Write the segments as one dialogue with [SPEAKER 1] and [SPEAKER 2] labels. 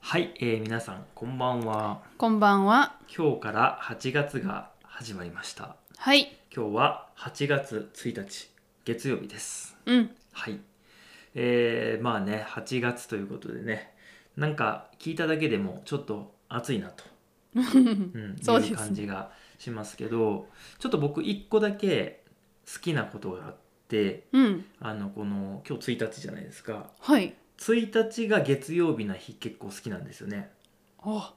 [SPEAKER 1] はい、えー、皆さんこんばんは
[SPEAKER 2] こんばんは。
[SPEAKER 1] 今日から8月が始まりました
[SPEAKER 2] はい。
[SPEAKER 1] 今日は8月1日月曜日です
[SPEAKER 2] うん。
[SPEAKER 1] はいえー、まあね8月ということでねなんか聞いただけでもちょっと暑いなと、うん、
[SPEAKER 2] そうです
[SPEAKER 1] い
[SPEAKER 2] ね
[SPEAKER 1] う感じがしますけどちょっと僕1個だけ好きなことがあって
[SPEAKER 2] うん。
[SPEAKER 1] あのこの今日1日じゃないですか
[SPEAKER 2] はい。
[SPEAKER 1] 1日が月曜日な日結構好きなんですよね、
[SPEAKER 2] あ、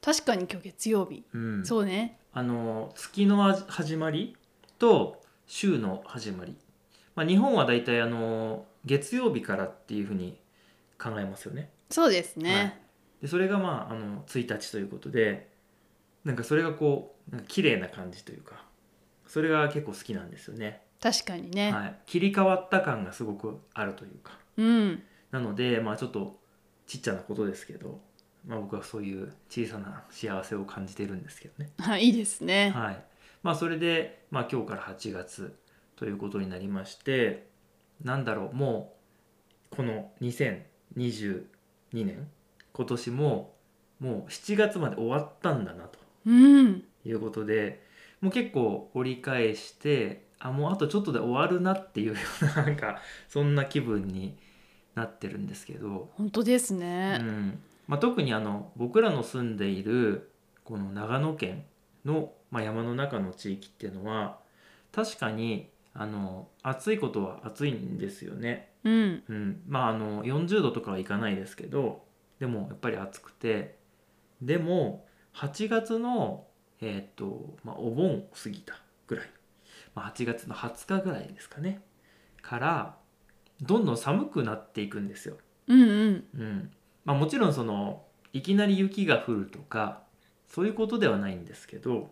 [SPEAKER 2] 確かに今日月曜日。
[SPEAKER 1] うん、
[SPEAKER 2] そうね。
[SPEAKER 1] あの月のあ始まりと週の始まり、まあ、日本はだいたいあの月曜日からっていうふうに考えますよね。
[SPEAKER 2] そうです
[SPEAKER 1] はい
[SPEAKER 2] ね。
[SPEAKER 1] でそれがまああの1日ということでなんかそれがこうなんか綺麗な感じというかそれが結構好きなんですよね。
[SPEAKER 2] 確かにね。
[SPEAKER 1] はい、切り替わった感がすごくあるというか
[SPEAKER 2] うん。
[SPEAKER 1] なのでまあちょっとちっちゃなことですけど、まあ、僕はそういう小さな幸せを感じてるんですけどね。
[SPEAKER 2] はい、いいですね。
[SPEAKER 1] はいまあ、それで、まあ、今日から8月ということになりましてなんだろうもうこの2022年今年ももう7月まで終わったんだなと
[SPEAKER 2] うん。
[SPEAKER 1] いうことでもう結構折り返してあもうあとちょっとで終わるなっていうようななんかそんな気分になってるんですけど、
[SPEAKER 2] 本当です
[SPEAKER 1] う
[SPEAKER 2] ね。
[SPEAKER 1] んまあ、特にあの僕らの住んでいるこの長野県の、まあ、山の中の地域っていうのは確かにあの暑いことは暑いんですよね。
[SPEAKER 2] うん。
[SPEAKER 1] うん、まああの40度とかはいかないですけどでもやっぱり暑くてでも8月のえーっと、まあ、お盆過ぎたぐらい、まあ、8月の20日ぐらいですかねからどんどん寒くなっていくんですよ。
[SPEAKER 2] うんうん。
[SPEAKER 1] うんまあ、もちろんそのいきなり雪が降るとかそういうことではないんですけど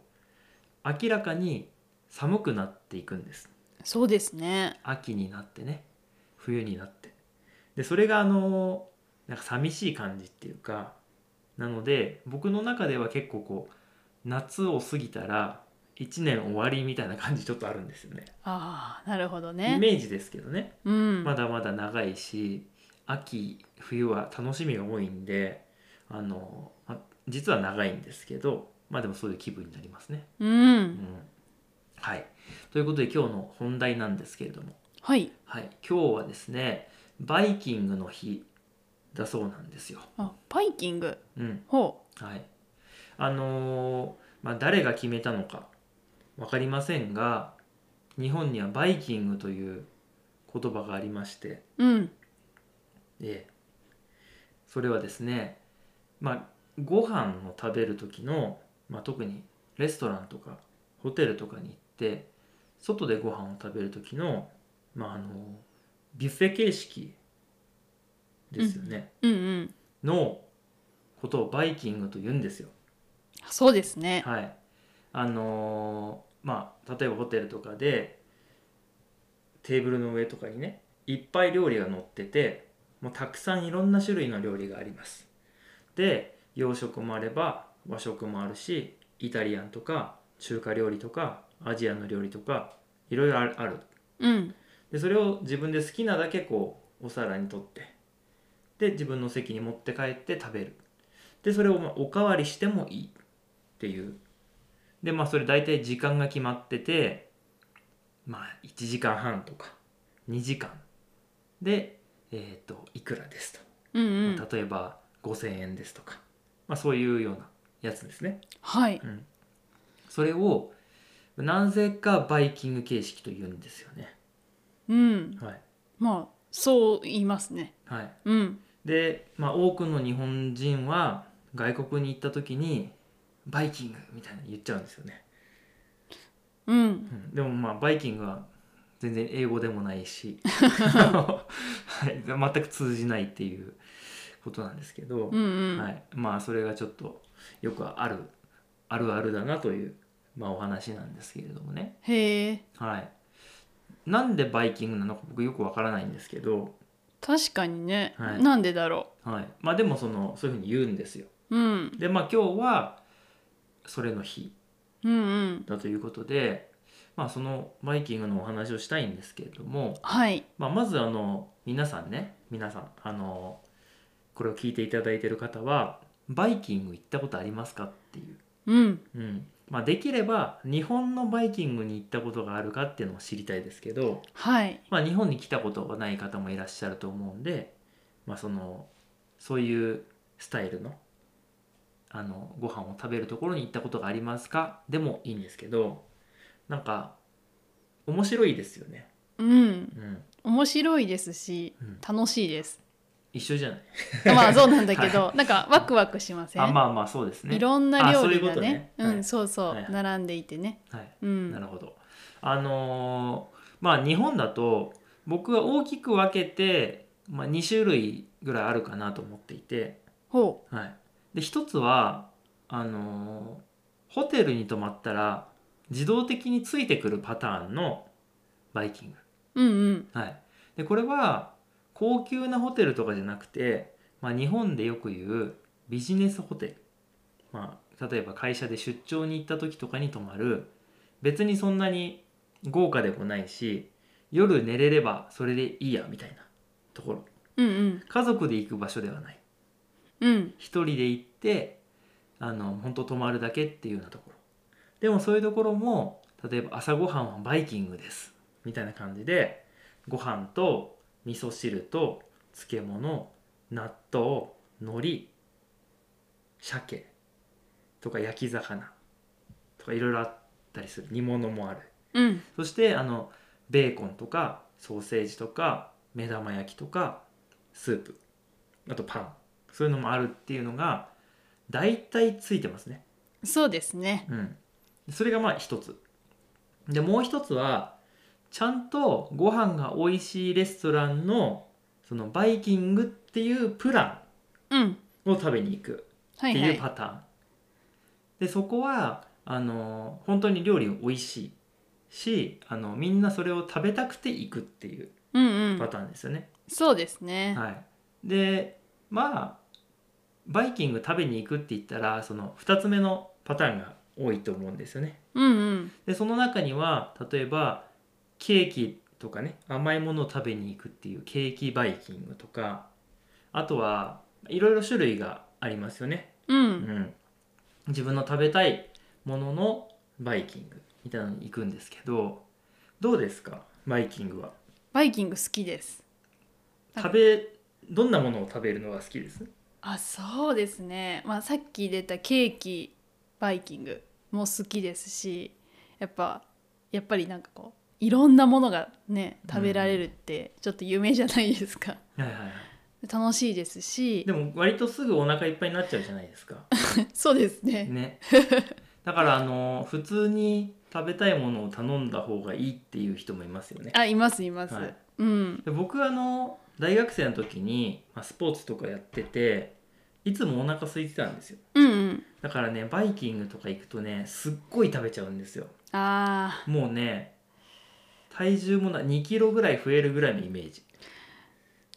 [SPEAKER 1] 明らかに寒くなっていくんです
[SPEAKER 2] そうですね。
[SPEAKER 1] 秋になってね冬になってでそれがあのなんか寂しい感じっていうかなので僕の中では結構こう夏を過ぎたら1年終わりみたいな感じちょっとあるんですよね
[SPEAKER 2] ああ、なるほど
[SPEAKER 1] イ
[SPEAKER 2] ね。
[SPEAKER 1] メージですけどね
[SPEAKER 2] うん。
[SPEAKER 1] まだまだ長いし秋冬は楽しみが多いんであの、ま実は長いんですけどまあでもそういう気分になりますね。
[SPEAKER 2] う
[SPEAKER 1] うん
[SPEAKER 2] ん。
[SPEAKER 1] はい、ということで今日の本題なんですけれども、
[SPEAKER 2] はい。
[SPEAKER 1] はい、今日はですねバイキングの日だそうなんですよ。
[SPEAKER 2] あ、バイキング。
[SPEAKER 1] うん
[SPEAKER 2] ほ
[SPEAKER 1] はい、あのーまあ、誰が決めたのか分かりませんが日本にはバイキングという言葉がありまして。
[SPEAKER 2] う。うん。
[SPEAKER 1] ええ、それはですねまあご飯を食べる時の、まあ、特にレストランとかホテルとかに行って外でご飯を食べる時の,、まあ、あのビュッフェ形式ですよね、
[SPEAKER 2] うんうん。
[SPEAKER 1] のことをバイキングと言うんですよ。
[SPEAKER 2] そうですね。
[SPEAKER 1] はい、あのーまあ例えばホテルとかでテーブルの上とかにねいっぱい料理が載っててもうたくさんいろんな種類の料理がありますで洋食もあれば和食もあるしイタリアンとか中華料理とかアジアの料理とかいろいろあるある
[SPEAKER 2] うん。
[SPEAKER 1] でそれを自分で好きなだけこうお皿に取ってで自分の席に持って帰って食べるでそれをまあおかわりしてもいいっていうでまあそれ大体時間が決まっててまあ1時間半とか2時間でえっ、といくらですと、
[SPEAKER 2] うん
[SPEAKER 1] ま
[SPEAKER 2] うん
[SPEAKER 1] あ。例えば5,000円ですとか、まあ、そういうようなやつですね
[SPEAKER 2] はい。
[SPEAKER 1] うん、それをなぜかバイキング形式というんですよね
[SPEAKER 2] うん。
[SPEAKER 1] はい
[SPEAKER 2] まあ、そう言いますね。
[SPEAKER 1] はい
[SPEAKER 2] うん。
[SPEAKER 1] で、まあ、多くの日本人は外国に行った時に「バイキング」みたいなの言っちゃうんですよね、
[SPEAKER 2] うん
[SPEAKER 1] う。んでもまあバイキングは全然英語でもない し、はい、全く通じないっていうことなんですけど
[SPEAKER 2] う、んうん。
[SPEAKER 1] はい、まあそれがちょっとよくあるあるあるだなという、まあ、お話なんですけれどもね、
[SPEAKER 2] へえ
[SPEAKER 1] はい、なんでバイキングなのか僕よくわからないんですけど、
[SPEAKER 2] 確かにね、
[SPEAKER 1] はい
[SPEAKER 2] なんでだろ
[SPEAKER 1] はい、まあでもそのそういうふうに言うんですよ。
[SPEAKER 2] う、うん、
[SPEAKER 1] でまあ今日はそれの日
[SPEAKER 2] うんうん
[SPEAKER 1] だということで、まあ、そのバイキングのお話をしたいんですけれども、
[SPEAKER 2] はい
[SPEAKER 1] まあ、まずあの皆さんね皆さんあのこれを聞いていただいている方はバイキング行ったことありますかっていう、
[SPEAKER 2] うん
[SPEAKER 1] うんまあ、できれば日本のバイキングに行ったことがあるかっていうのを知りたいですけど、
[SPEAKER 2] はい
[SPEAKER 1] まあ、日本に来たことがない方もいらっしゃると思うんで、まあ、そのそういうスタイルのあのご飯を食べるところに行ったことがありますかでもいいんですけどなんか面白いですよね、
[SPEAKER 2] うん
[SPEAKER 1] うん、
[SPEAKER 2] 面白いですし
[SPEAKER 1] うん
[SPEAKER 2] 楽しいです
[SPEAKER 1] 一緒じゃない
[SPEAKER 2] まあそうなんだ けど、なんかワクワクしません
[SPEAKER 1] あまあまあそうですね
[SPEAKER 2] いろんな
[SPEAKER 1] あ
[SPEAKER 2] 料
[SPEAKER 1] そういう
[SPEAKER 2] 理
[SPEAKER 1] こ
[SPEAKER 2] が
[SPEAKER 1] と
[SPEAKER 2] ね
[SPEAKER 1] ね
[SPEAKER 2] う
[SPEAKER 1] はい
[SPEAKER 2] んそうそう、
[SPEAKER 1] はいはい
[SPEAKER 2] 並んでいてね
[SPEAKER 1] はい、
[SPEAKER 2] うん
[SPEAKER 1] なるほどあのーまあ日本だと僕は大きく分けて、まあ、2種類ぐらいあるかなと思っていて、
[SPEAKER 2] ほ
[SPEAKER 1] はい、で一つはあのーホテルに泊まったら自動的についてくるパターンのバイキン
[SPEAKER 2] ううんうん
[SPEAKER 1] グ、はい、でこれは高級なホテルとかじゃなくて、まあ、日本でよく言うビジネスホテル、まあ、例えば会社で出張に行った時とかに泊まる別にそんなに豪華でもないし夜寝れればそれでいいやみたいなところ
[SPEAKER 2] うん
[SPEAKER 1] 家族で行く場所ではない
[SPEAKER 2] うんうん
[SPEAKER 1] 一人で行ってあの本当泊まるだけっていうようなところでもそういうところも例えば朝ごはんはバイキングですみたいな感じでご飯と味噌汁と漬物納豆海苔鮭とか焼き魚とかいろいろあったりする煮物もある
[SPEAKER 2] うん
[SPEAKER 1] そしてあのベーコンとかソーセージとか目玉焼きとかスープあとパンそういうのもあるっていうのが大体ついてますね、
[SPEAKER 2] そうですね
[SPEAKER 1] うん、それがまあ一つでもう一つはちゃんとご飯が美味しいレストランのそのバイキングっていうプラ
[SPEAKER 2] うん
[SPEAKER 1] ンを食べに行く
[SPEAKER 2] は
[SPEAKER 1] っ
[SPEAKER 2] い
[SPEAKER 1] て
[SPEAKER 2] はいいう
[SPEAKER 1] パターン、でそこはあの本当に料理美味しいしあのみんなそれを食べたくて行くっていう
[SPEAKER 2] うんう
[SPEAKER 1] パ
[SPEAKER 2] ん
[SPEAKER 1] ターンですよね、
[SPEAKER 2] そうですね
[SPEAKER 1] はいでまあバイキング食べに行くって言ったらその2つ目のパターンが多いと思うんですよね
[SPEAKER 2] うんうん
[SPEAKER 1] でその中には例えばケーキとかね甘いものを食べに行くっていうケーキバイキングとかあとはいろいろ種類がありますよね
[SPEAKER 2] うん
[SPEAKER 1] うん、自分の食べたいもののバイキングみたいなのに行くんですけどどうですかバイキングは
[SPEAKER 2] バイキング好きですはい
[SPEAKER 1] 食べどんなものを食べるのが好きです
[SPEAKER 2] あそうですねまあさっき出たケーキバイキングも好きですしやっぱやっぱりなんかこういろんなものがね食べられるってちょっと夢じゃないですか、
[SPEAKER 1] はいはいはい
[SPEAKER 2] 楽しいですし
[SPEAKER 1] でも割とすぐお腹いっぱいになっちゃうじゃないです か
[SPEAKER 2] そうですね
[SPEAKER 1] ねだからあの普通に食べたいものを頼んだ方がいいっていう人もいますよね
[SPEAKER 2] あいますいます、
[SPEAKER 1] はい
[SPEAKER 2] うん
[SPEAKER 1] で僕あの大学生の時に、まあ、スポーツとかやってていつもお腹空いてたんですよ
[SPEAKER 2] うんうん
[SPEAKER 1] だからねバイキングとか行くとねすっごい食べちゃうんですよ
[SPEAKER 2] あ
[SPEAKER 1] もうね体重もな2キロぐらい増えるぐらいのイメージ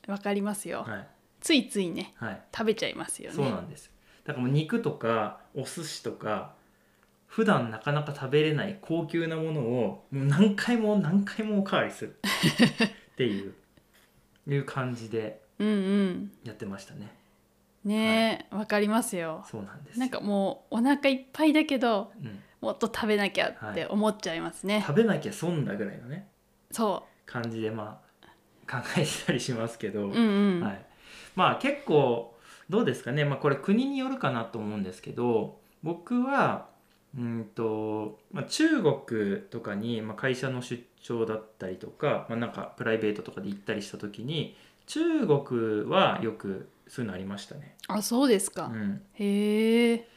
[SPEAKER 2] ーわかりますよ、
[SPEAKER 1] はい、
[SPEAKER 2] ついついね
[SPEAKER 1] はい、
[SPEAKER 2] 食べちゃいますよね
[SPEAKER 1] そうなんですだからもう肉とかお寿司とか普段なかなか食べれない高級なものをもう何回も何回もおかわりす るっていういう感じで
[SPEAKER 2] うんうん
[SPEAKER 1] やってましたね
[SPEAKER 2] ねえわ、かりますよ
[SPEAKER 1] そうなんですよ
[SPEAKER 2] なんかもうお腹いっぱいだけど
[SPEAKER 1] うん、
[SPEAKER 2] もっと食べなきゃって思っちゃいますね、
[SPEAKER 1] 食べなきゃ損だぐらいのね
[SPEAKER 2] そ
[SPEAKER 1] 感じでまあ考えてたりしますけど、
[SPEAKER 2] ううんうん、
[SPEAKER 1] はい、まあ結構どうですかね、まあ、これ国によるかなと思うんですけど僕はうんと、まあ、中国とかに、まあ、会社の出張だったりとか、まあ、なんかプライベートとかで行ったりした時に中国はよくそういうのありましたね、
[SPEAKER 2] あそうです
[SPEAKER 1] う
[SPEAKER 2] か、
[SPEAKER 1] ん、
[SPEAKER 2] へえ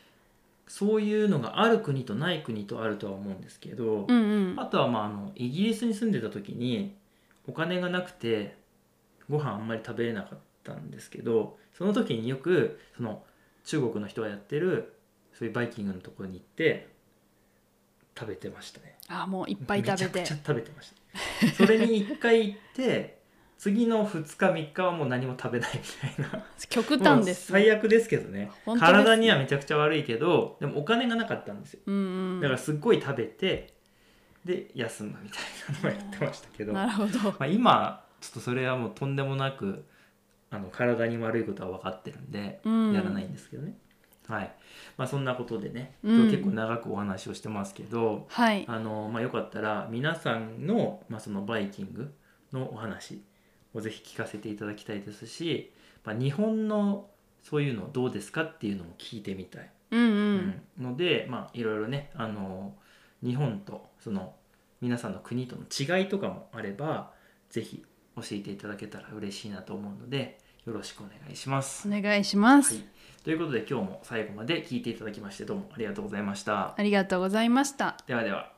[SPEAKER 1] そういうのがある国とない国とあるとは思うんですけど、
[SPEAKER 2] うんうん
[SPEAKER 1] あとはまああのイギリスに住んでた時にお金がなくてご飯あんまり食べれなかったんですけどその時によくその中国の人がやってるそういうバイキングのところに行って食べてましたね
[SPEAKER 2] あもういっぱい食べて
[SPEAKER 1] めちゃくちゃ食べてましたそれに1回行って次の2日3日はもう何も食べないみたい な
[SPEAKER 2] 極端です、
[SPEAKER 1] もう最悪ですけどね
[SPEAKER 2] 本当ですね
[SPEAKER 1] 体にはめちゃくちゃ悪いけどでもお金がなかったんですよ
[SPEAKER 2] うんうん
[SPEAKER 1] だからすっごい食べてで休むみたいなのをやってましたけど、
[SPEAKER 2] な
[SPEAKER 1] ま
[SPEAKER 2] るほど
[SPEAKER 1] あ、今ちょっとそれはもうとんでもなくあの体に悪いことは分かってるんで、
[SPEAKER 2] うん
[SPEAKER 1] やらないんですけどねはいまあそんなことでね、
[SPEAKER 2] うん
[SPEAKER 1] 今日結構長くお話をしてますけど
[SPEAKER 2] はい
[SPEAKER 1] あの、まあ、よかったら皆さんの,、まあそのバイキングのお話をぜひ聞かせていただきたいですし、まあ、日本のそういうのどうですかっていうのも聞いてみたい、
[SPEAKER 2] うんう
[SPEAKER 1] うんので、まあ、いろいろねあの日本とその皆さんの国との違いとかもあればぜひ教えていただけたら嬉しいなと思うのでよろしくお願いします。
[SPEAKER 2] お願いします、
[SPEAKER 1] はいということで今日も最後まで聞いていただきましてどうもありがとうございました。
[SPEAKER 2] ありがとうございました
[SPEAKER 1] ではでは。